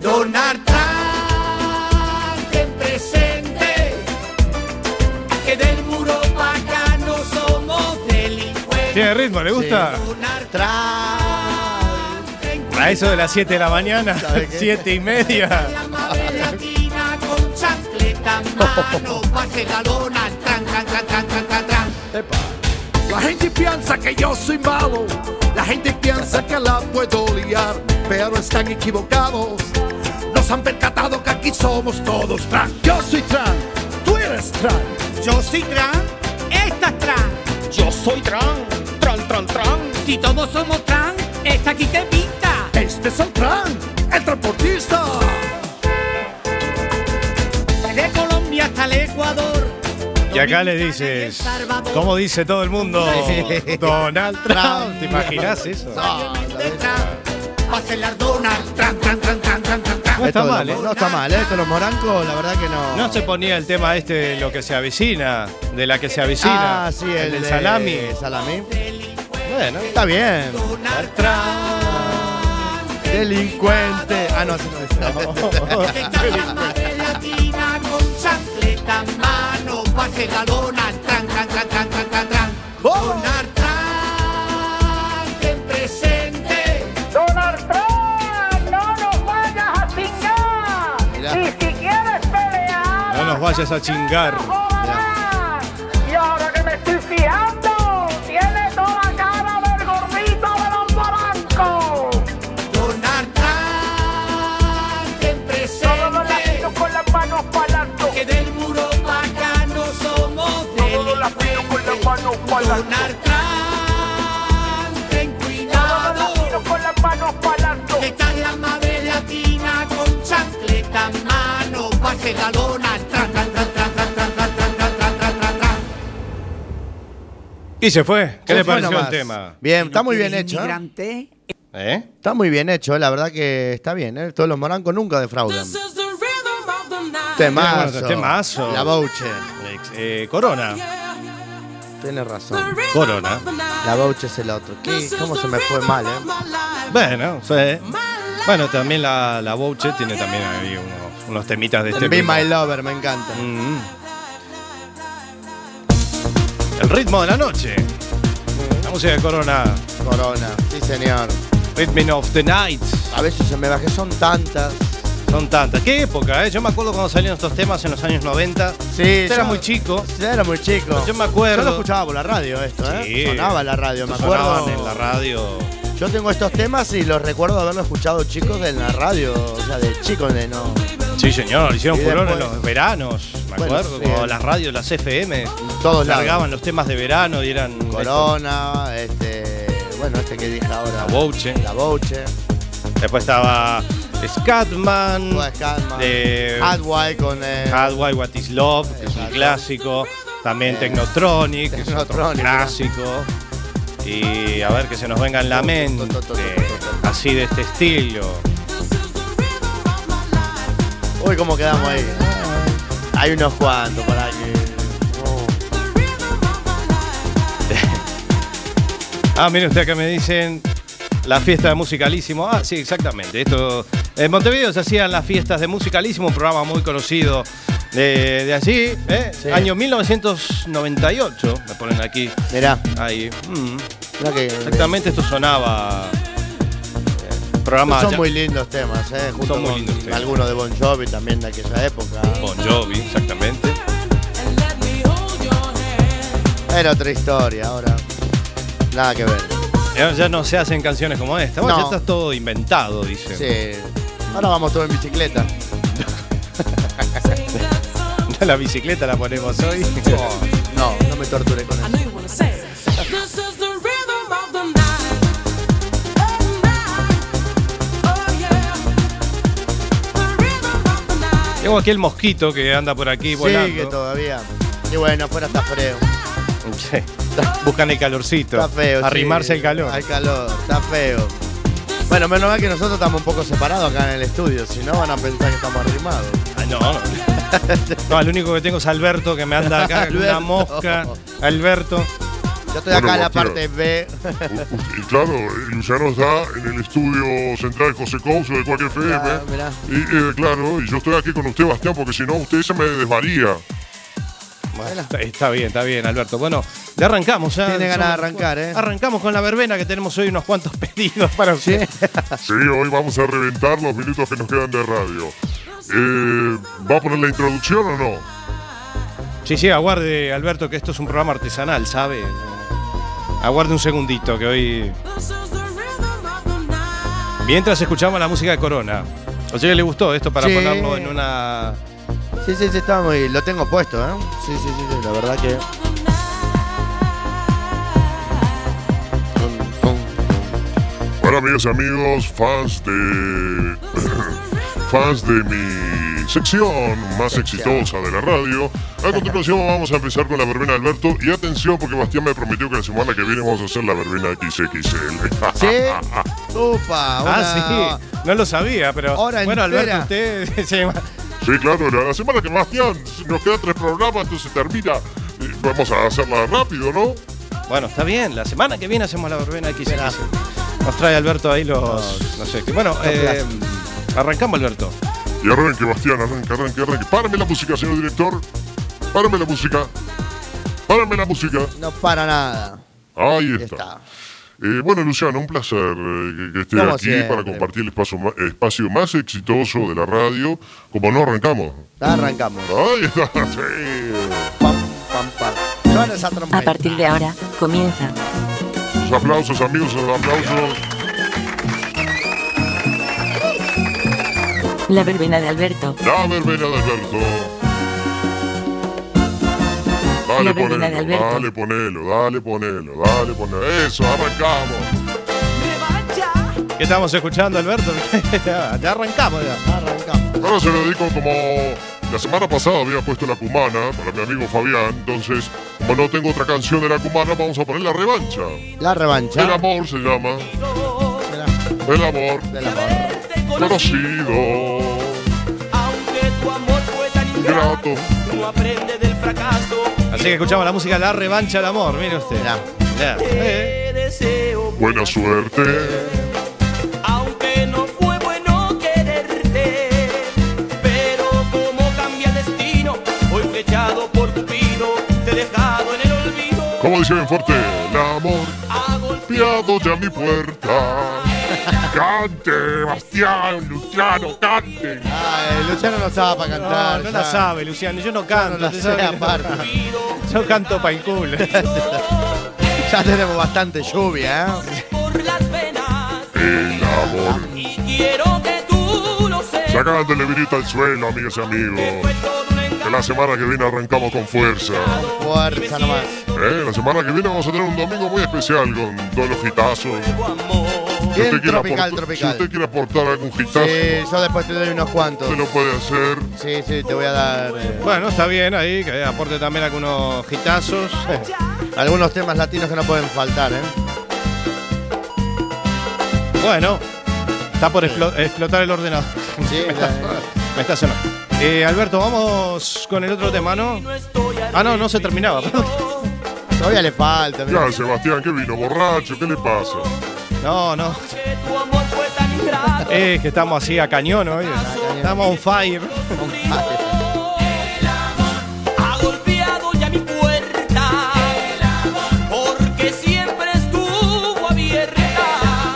Donald Trump, ten presente que del muro para acá no somos delincuentes.
Tiene ritmo, ¿le gusta?
Donald Trump, ten
A eso de las 7 de la mañana,
¿Sabe qué?
7 y media.
La madre latina con chancleta en mano, pase la lona, tran, tran, tran, tran, tran, tran, tran.
La gente piensa que yo soy malo, la gente piensa que la puedo liar, pero están equivocados. Nos han percatado que aquí somos todos trans. Yo soy trans, tú eres trans.
Yo soy trans, esta es trans. Yo soy trans, tran, tran, tran. Si todos somos trans, esta aquí te pinta.
Este es el trans, el transportista.
De Colombia hasta el Ecuador,
Y acá le dices, ¿cómo dice todo el mundo? Donald Trump, ¿te imaginas eso?
de trans, pase la lona, tran, tran, tran, tran, tran, tran, tran.
No está
Esto de
mal,
los-
¿eh?
No está mal, ¿eh? Esto de los morancos, la verdad que no.
No se ponía el tema este, lo que se avecina, de la que se avecina.
Ah, sí,
el,
el
del
de-
salami.
salami.
Bueno,
Está bien.
Donald
Trump, delincuente. Ah, no, así no es.
La madre latina con chancleta en mano, pase la lona, tran, tran, tran, tran, tran, tran, tran.
¡Oh!
Donald Trump, ten presente.
Donald Trump, no nos vayas a chingar.
Mirá.
Y si quieres pelear,
No nos vayas a chingar.
y ahora que me estoy fijando, tiene toda la cara del gordito de los morancos.
Donald Trump, ten presente.
Todos los latinos con las manos pa'lante.
Que del muro pa' acá no somos delincuentes. Donald Trump, ten cuidado.
con las manos pa'lante.
Que está la madre latina con chancleta en mano, pase la lona, tran, tran, tran, tran, tran, tran, tran, tran, tran, tran, tran, tran.
Y se fue. ¿Qué
Se
le
fue
pareció el
nomás.
tema?
Bien, está muy bien hecho. ¿eh?
¿Eh?
Está muy bien hecho, la verdad que está bien, ¿eh? Todos los morancos nunca defraudan. Temazo.
Temazo.
La Bouche.
Ex- eh, corona.
Tienes razón.
Corona.
La Bouche es el otro. ¿Qué? ¿Cómo se me fue mal, eh?
Bueno, sí. Bueno, también la, la Bouche tiene también ahí unos, unos temitas de este
Be
tipo.
My Lover, me encanta.
Mm. El ritmo de la noche. La música de Corona.
Corona, sí señor.
Rhythm of the Night.
A veces se me bajé, son tantas.
Son tantas. Qué época, ¿eh? Yo me acuerdo cuando salieron estos temas en los años 90.
Sí,
Usted
yo-
era muy chico.
Sí, era muy chico.
Yo me acuerdo.
Yo lo escuchaba por la radio esto, ¿eh?
Sí.
Sonaba la radio, me
Sonaban
acuerdo.
en la radio.
Yo tengo estos temas y los recuerdo haberlo escuchado chicos en la radio, o sea, de chicos de no.
Sí, señor. Hicieron
Y
furor en
después-
los veranos. Me
Bueno,
acuerdo.
sí.
Como las radios, las FM.
Todos lados.
Largaban los temas de verano y eran.
Corona, este, bueno, este que dije ahora.
La Bouche.
La Bouche,
Después estaba Scatman.
Wes Carman,
de-
Adwai con eh,
Hardway, What is Love, que es un clásico. También Technotronic, que es otro
Technotronic,
clásico. Y a ver que se nos venga en la mente. Así de este estilo.
Uy, cómo quedamos ahí. Hay unos cuantos para que. Oh.
Ah, mire usted que me dicen la fiesta de Musicalísimo. Ah, sí, exactamente. Esto, en Montevideo se hacían las fiestas de Musicalísimo, un programa muy conocido de, de allí. ¿eh?
Sí.
Año 1998, me ponen aquí.
Mirá.
Ahí. Mm.
Mirá que-
Exactamente, esto sonaba. eh, Programa
Son
ya-
muy lindos temas, ¿eh? Junto
Son muy
con
lindos temas.
algunos de Bon Jovi también de aquella época.
Bon Jovi, exactamente. Oh.
Era otra historia, ahora. Nada que ver.
Ya, ya no se hacen canciones como esta. Bueno,
No.
ya está todo inventado, dicen.
Sí. Ahora vamos todos en bicicleta.
La bicicleta la ponemos hoy.
no, no me torture con eso.
Tengo aquí el mosquito que anda por aquí
Sigue
volando.
todavía. Y bueno, fuera está frío.
Sí. Buscan el calorcito.
Está feo. sí.
Arrimarse el calor.
Al calor, está feo. Bueno, menos mal que nosotros estamos un poco separados acá en el estudio, si no van a pensar que estamos arrimados.
Ah, no, no. No, el único que tengo es Alberto que me anda acá con una
Alberto.
mosca. Alberto.
Yo estoy acá en la
Bueno,
parte B.
Y claro, eh, Luciano está en el estudio central José Couso de Cualquier FM.
Ah, mirá.
Y eh, claro, y yo estoy aquí con usted, Bastián, porque si no, usted se me desvaría.
Bueno, está, está bien, está bien, Alberto. Bueno, ya arrancamos ya.
Tiene ganas de
Somos-
arrancar, ¿eh?
Arrancamos con la verbena que tenemos hoy unos cuantos pedidos para usted.
Sí, hoy vamos a reventar los minutos que nos quedan de radio. Eh, ¿Va a poner la introducción o no?
Sí, sí, aguarde, Alberto, que esto es un programa artesanal, ¿sabe? Aguarde un segundito, que hoy. Mientras escuchamos la música de Corona. O sea que le gustó esto para
Sí.
ponerlo en una.
Sí, sí, sí, está muy. Lo tengo puesto, ¿eh? Sí, sí, sí, sí, la verdad que.
Bueno, amigos y amigos, fans de. fans de mi sección más exitosa de la radio. A continuación vamos a empezar con la verbena de Alberto. Y atención, porque Bastián me prometió que la semana que viene vamos a hacer la verbena XXL.
¿Sí? ¡Upa!
Ah, sí. No lo sabía, pero.
Hora
bueno,
entera.
Alberto, usted. se llama-
Sí, claro, la la semana que Bastián nos quedan tres programas, entonces termina. Eh, Vamos a hacerla rápido, ¿no?
Bueno, está bien. La semana que viene hacemos la verbena aquí. Nos trae Alberto ahí los. No sé qué. Bueno, eh, arrancamos, Alberto.
Y arranque, Bastián, arranque, arranque, arranque. Párame la música, señor director. Párame la música. Párame la música.
No para nada.
Ahí está. Eh, bueno, Luciano, un placer eh, que, que esté
Como
aquí
siempre.
para compartir el espacio, ma- espacio más exitoso de la radio. Como no arrancamos.
Arrancamos.
Ahí está, sí.
Pam, pam. Suena esa
A
trompeta.
partir de ahora, comienza.
Sus aplausos, amigos, sus aplausos.
La verbena de Alberto.
La verbena de Alberto. Dale,
La verbena de
ponelo,
Alberto.
dale, ponelo, dale, ponelo, dale, ponelo. Eso, arrancamos.
¿Qué estamos escuchando, Alberto? ya, ya arrancamos ya.
Ahora se lo dedico como la semana pasada había puesto la cumana para mi amigo Fabián, entonces como no tengo otra canción de la cumana, vamos a poner la revancha.
La revancha.
El amor se llama. El amor.
Del amor.
Conocido. Grato.
Así que escuchamos la música La Revancha del Amor, mire usted. Ya. Eh.
Buena suerte.
Aunque no fue bueno quererte, pero como cambia destino, hoy flechado por Cupido, te he dejado en el olvido.
Como dice bien fuerte, el amor ha golpeado ya mi puerta. Cante, Bastián, Luciano, cante.
Ay, Luciano no sabe para
No,
cantar.
no
ya.
la sabe, Luciano. Yo no canto.
la
usted
sé,
sabe.
aparte.
Yo canto pa' el culo.
Ya tenemos bastante lluvia, ¿eh?
El amor.
Y quiero que tú lo sepas.
Saca la televirita al suelo, amigas y amigos. Que la semana que viene arrancamos con fuerza.
Fuerza nomás.
Eh, La semana que viene vamos a tener un domingo muy especial con todos los gitazos. Si
Bien
usted quiere
tropical,
aportar-
tropical.
Si usted quiere aportar algún gitazo,
Sí, yo después te doy unos cuantos.
usted lo puede hacer.
Sí, sí, te voy a dar eh,
Bueno, está bien ahí, que aporte también algunos gitazos.
algunos temas latinos que no pueden faltar, ¿eh?
Bueno, está por explo- explotar el ordenador.
Sí,
me, está, me está sonando. Eh, Alberto, vamos con el otro tema, ¿no? Ah, no, no se terminaba. perdón.
Todavía le falta. mirá.
Ya, Sebastián, que vino borracho, ¿qué le pasa?
No, no. Es que estamos así a cañón hoy.
Ah,
Estamos on fire.
Ha golpeado ya mi puerta porque siempre estuvo abierta.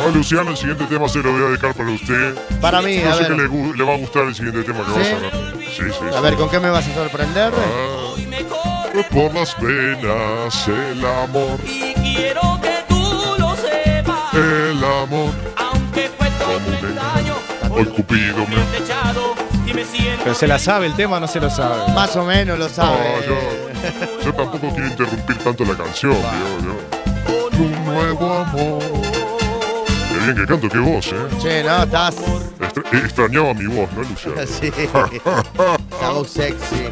Oh, Luciano, el siguiente tema se lo voy a dejar para usted.
Para mí,
Yo
a
sé
ver.
que le, gu- le va a gustar el siguiente tema que va a
¿Sí?
sonar. Sí, sí,
A
sí.
ver, ¿con qué me vas a sorprender?
Ah, por las venas, el amor,
Quiero que tú lo sepas,
el amor.
aunque fue todo un engaño,
Hoy Cupido me
techado y me siento
Pero se la sabe el tema, no se lo sabe.
Más o menos lo sabe.
Ah, yo, yo tampoco quiero interrumpir tanto la canción, yo, yo. Un nuevo amor. Qué bien que canto, qué voz, ¿eh?
Che, no, estás.
Extra- extrañaba mi voz, ¿no, Luciano?
Sí. Esa voz sexy.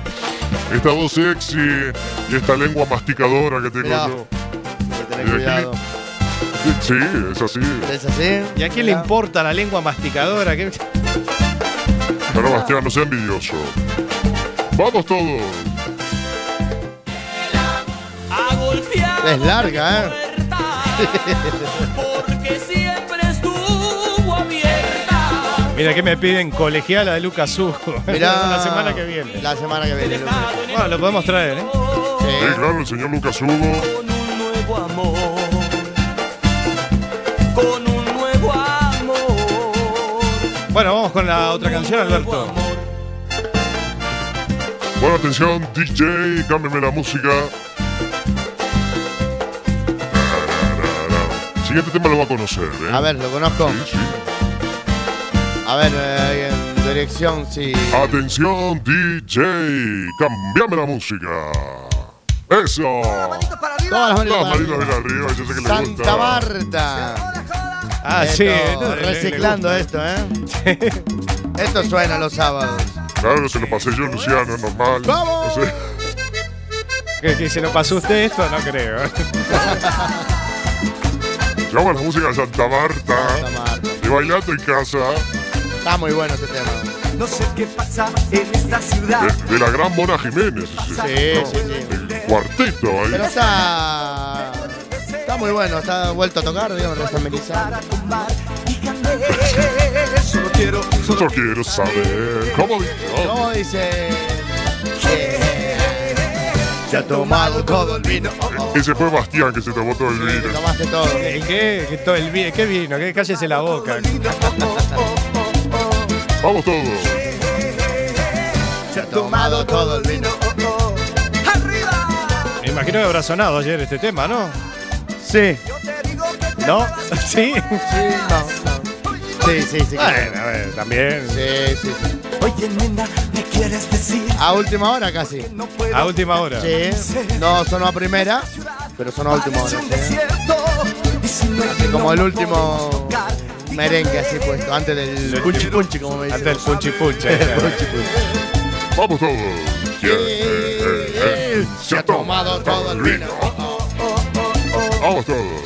Esta voz sexy y esta lengua masticadora que tengo
Mirá,
yo.
Hay que
Y
tener
aquí-
cuidado.
Sí, es así.
¿Es así?
¿Y a quién le importa la lengua masticadora? ¿Qué-
Pero Bastián, no sea envidioso. Vamos todos.
ha golpeado
Es larga, ¿eh?
porque siempre estuvo abierta.
Mira que me piden colegiala de Lucas Hugo.
Mirá.
la semana que viene.
La semana que viene. Lupe.
Bueno, lo podemos traer, ¿eh?
Sí, claro, el señor Lucas Hugo.
nuevo amor, con un nuevo amor.
Bueno, vamos con la otra canción, Alberto.
Buena atención, DJ, cámbiame la música. Siguiente tema lo va a conocer, ¿eh?
A ver, lo conozco. A ver, eh, en dirección, sí.
Atención, DJ, cámbiame la música. Eso.
Todas las
Las
manos para
manitas
arriba.
de arriba, yo sé que le
Santa
gusta.
Marta.
Ah,
Esto,
sí, esto le- le-
Reciclando
le
esto, ¿eh? Esto suena los sábados.
Claro, se lo pasé yo, Luciano, es normal.
¡Vamos!
No sé.
Que, que se lo pasó usted esto, no creo.
Yo hago la música de Santa Marta. Y bailando en casa
Está muy bueno este tema.
No sé qué pasa en esta ciudad.
de, de la gran Mona Jiménez.
Sí, sí, sí.
El cuarteto ahí.
Pero está. Está muy bueno, está vuelto a tocar, digamos, resambilizado.
Solo quiero.
Yo quiero saber cómo dice.
¿Cómo dice? Se ha tomado todo el vino.
Ese fue Bastián que se tomó todo el vino.
Tomaste todo.
¿El Eh, qué? Que todo el vi- ¿Qué vino? Que cállese la boca.
Vamos todos.
Se ha tomado todo el vino.
Me imagino que habrá sonado ayer este tema, ¿no?
Sí.
¿No? ¿Sí?
Sí, no, no. Sí, sí, sí.
Bueno, a ver, también.
Eh, Sí, sí, sí.
Oye, nena, ¿me quieres decir?
A última hora casi.
A última hora.
Sí. No sonó a primera, pero sonó a última hora. sí. Así como el último merengue así puesto, antes del punchi punchi, como me
Antes
dicen.
el punchi punchi.
Vamos todos. Yeah, eh, eh, eh. Se ha tomado todo el vino. Vamos todos.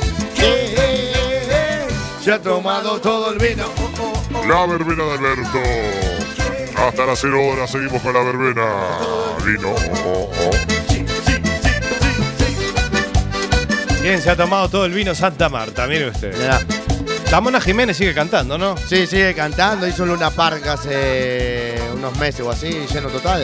Se ha tomado todo el vino.
La verbena de Alberto. Hasta las 0 horas seguimos con la verbena. Vino. Oh, oh, oh.
¿Quién se ha tomado todo el vino Santa Marta? Mire usted. La Mona Jiménez sigue cantando, ¿no?
Sí, sigue cantando, hizo Luna Park hace unos meses o así, lleno total.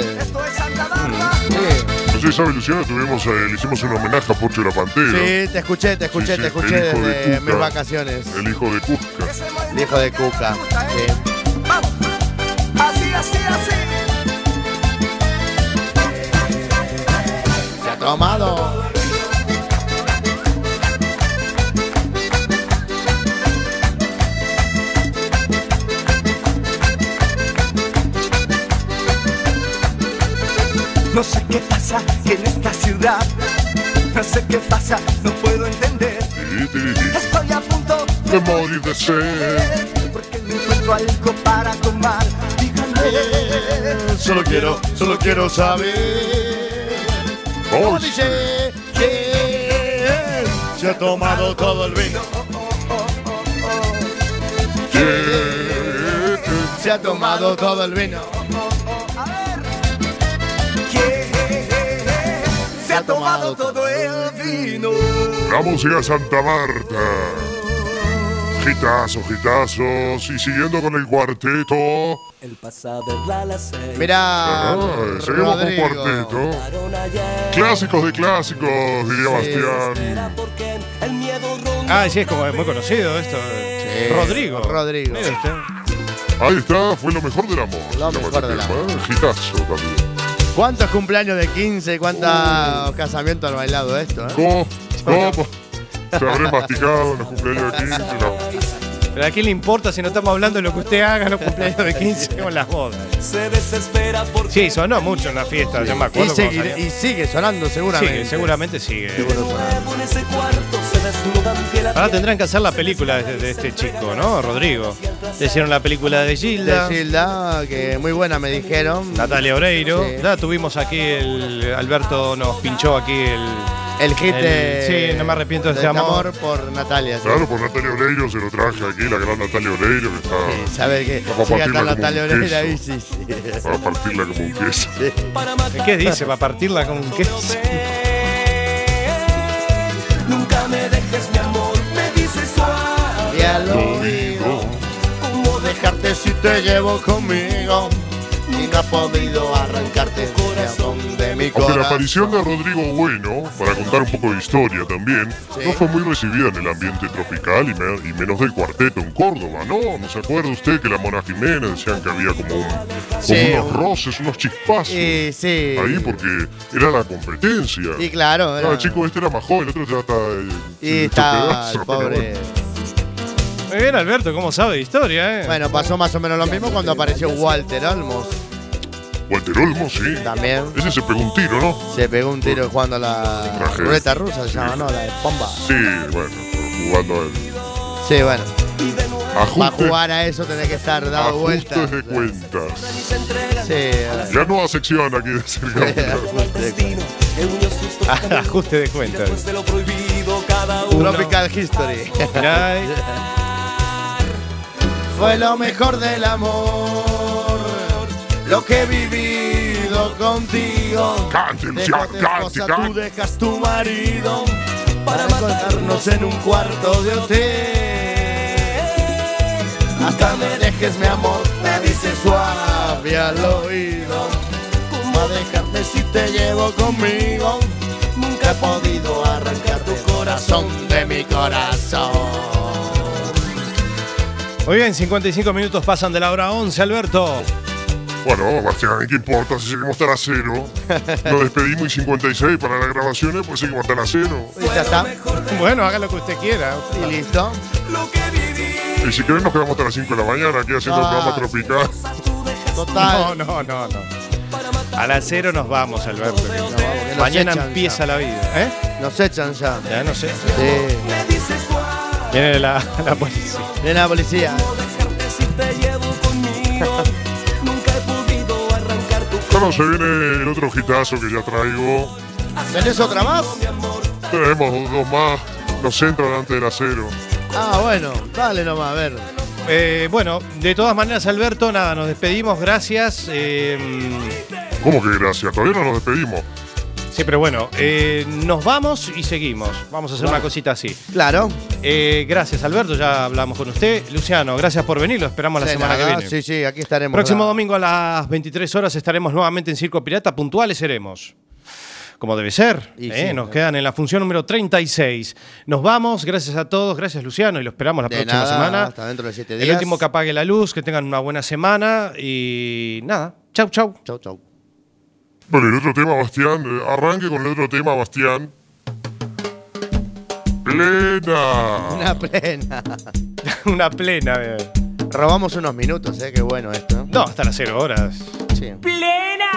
No sé si sabe, Luciano, tuvimos, eh, le hicimos un homenaje a Pocho la Pantera.
Sí, te escuché, te escuché,
Sí, sí,
te escuché
el hijo de
desde
Cuca.
mis vacaciones.
El hijo de Cusca.
El hijo de Cuca. sí.
Así, así, así.
Se ha tomado.
No sé qué pasa en esta ciudad. No sé qué pasa, no puedo entender.
Ti, ti, ti.
Estoy a punto
De morir de sed.
porque no encuentro algo para tomar. Díganme.
Solo quiero, solo quiero saber.
Oh,
dice que se ha tomado todo el vino.
yeah.
Se ha tomado todo el vino.
Se ha
tomado
todo el vino.
La música Santa Marta. Gitazos, gitazos. Y siguiendo con el cuarteto.
El pasado era las seis.
Mira,
Ay, seguimos con
Rodrigo.
cuarteto. Clásicos de clásicos, diría Bastián.
Ah, sí, es como muy conocido esto. eh, Rodrigo.
Rodrigo.
Mire usted.
Ahí está, fue lo mejor del amor.
Lo
se llama
mejor
este
del
tema, ¿eh? Gitazo también.
¿Cuántos cumpleaños de 15? ¿Cuántos casamientos han bailado esto? Eh?
Uh. ¿Cómo? ¿Cómo? Se habré masticado en los cumpleaños de 15. no.
Pero a quién le importa si no estamos hablando de lo que usted haga en los cumpleaños de 15 o en las bodas.
Se desespera por
Sí, sonó mucho en la fiesta, yo me
Y,
acuerdo. cuando
sigue,
salía.
y sigue sonando seguramente.
Sigue, seguramente sigue.
nuevo en ese cuarto se desnudan fiel a
Ahora tendrán que hacer la película de, de este chico, ¿no? Rodrigo. Le hicieron la película de Gilda.
De Gilda, que muy buena me dijeron.
Natalia Oreiro.
Sí.
Ya tuvimos aquí el. Alberto nos pinchó aquí el.
El hit
el-
de-
Sí, no me arrepiento de
de
este amor.
por Natalia. sí.
Claro, por Natalia Oreiro se lo traje aquí, la gran Natalia Oreiro que está.
Saber que
va a
llega hasta
partirla como
Natalia
un
Oreiro y
queso.
sí, sí.
Va a partirla como un queso.
¿Qué dice? ¿Va a partirla con un queso?
Nunca me dejes mi amor, me dices suave.
Ya lo digo. ¿Cómo dejarte si te llevo conmigo? Y no ha podido arrancarte el corazón de mi
Aunque la
corazón.
aparición de Rodrigo Bueno, para contar un poco de historia también, no fue muy recibida en el ambiente tropical y, me- y menos del cuarteto en Córdoba, ¿no? ¿No se acuerda usted que la Mona Jiménez decían que había como, un- como
Sí,
unos
un-
roces, unos chispazos
Sí, sí.
ahí porque era la competencia?
Y Eh, claro,
Ah,
era-
chico, este era más joven, el otro ya está. eh,
Y
hecho
está
pedazo, pero
el pobre.
bueno.
Muy bien, Alberto, ¿cómo sabe de historia, eh?
Bueno, pasó más o menos lo mismo cuando apareció Walter Olmos.
Walter Olmo, sí.
También.
Ese se pegó un tiro, ¿no?
Se pegó un tiro jugando a la
Traje.
ruleta rusa, se llama, ¿no? La de bomba.
Sí, bueno, jugando al
Sí, bueno. Para
ajuste,
jugar a eso tenés que estar dado vueltas.
ajustes de cuentas.
Sí.
La nueva sección aquí de cerca.
Ajuste de cuentas.
de lo prohibido cada uno.
Tropical History.
Mirá, eh,
Fue lo mejor del amor, lo que he vivido contigo.
Cante, Luciano,
Dejaste
cante,
esposa, tú
cante.
dejas tu marido para matarnos en un cuarto de hotel. Hasta me dejes mi amor, me dices suave al oído. ¿Cómo a dejarte si te llevo conmigo? Nunca he podido arrancar tu corazón de mi corazón.
Muy bien, 55 minutos pasan de la hora 11, Alberto.
Bueno, Bastián, ¿qué importa si seguimos tan a cero? Nos despedimos y 56 para las grabaciones, pues seguimos tan a cero.
Y ya está.
Bueno, haga lo que usted quiera.
Y listo.
Y si quieren nos quedamos hasta las 5 de la mañana aquí haciendo
Ah.
el programa tropical.
No,
Total.
no, no, no. A las cero nos vamos, Alberto.
nos
Mañana
echan
empieza la vida, ¿eh?
Nos echan ya.
Ya no sé.
Sí.
Viene la, la policía.
Viene la policía.
Claro, se viene el otro hitazo que ya traigo.
¿Tenés otra más?
Tenemos dos- dos más. Nos entran antes del acero.
Ah, bueno, dale nomás, a ver.
Eh, bueno, de todas maneras, Alberto, nada, nos despedimos, gracias. Eh,
¿Cómo que gracias? Todavía no nos despedimos.
sí, pero bueno, eh, nos vamos y seguimos. Vamos a hacer una cosita así.
Claro.
Eh, gracias, Alberto, ya hablamos con usted. Luciano, gracias por venir, lo esperamos la
De
semana que
nada,
viene.
Sí, sí, aquí estaremos.
Próximo
¿verdad?
domingo a las 23 horas estaremos nuevamente en Circo Pirata, puntuales seremos. Como debe ser.
Y
¿eh?
sí,
Nos
¿no?
quedan en la función número 36. Nos vamos, gracias a todos, gracias Luciano y lo esperamos la
De
próxima
nada,
semana.
Hasta dentro de siete días.
El último que apague la luz, que tengan una buena semana y nada. Chau, chau.
Chau, chau.
Bueno, el otro tema, Bastián. eh, Arranque con el otro tema, Bastián. Plena.
Una plena.
Una plena. eh.
Robamos unos minutos, eh, qué bueno esto.
No, hasta las cero horas.
Sí.
Plena.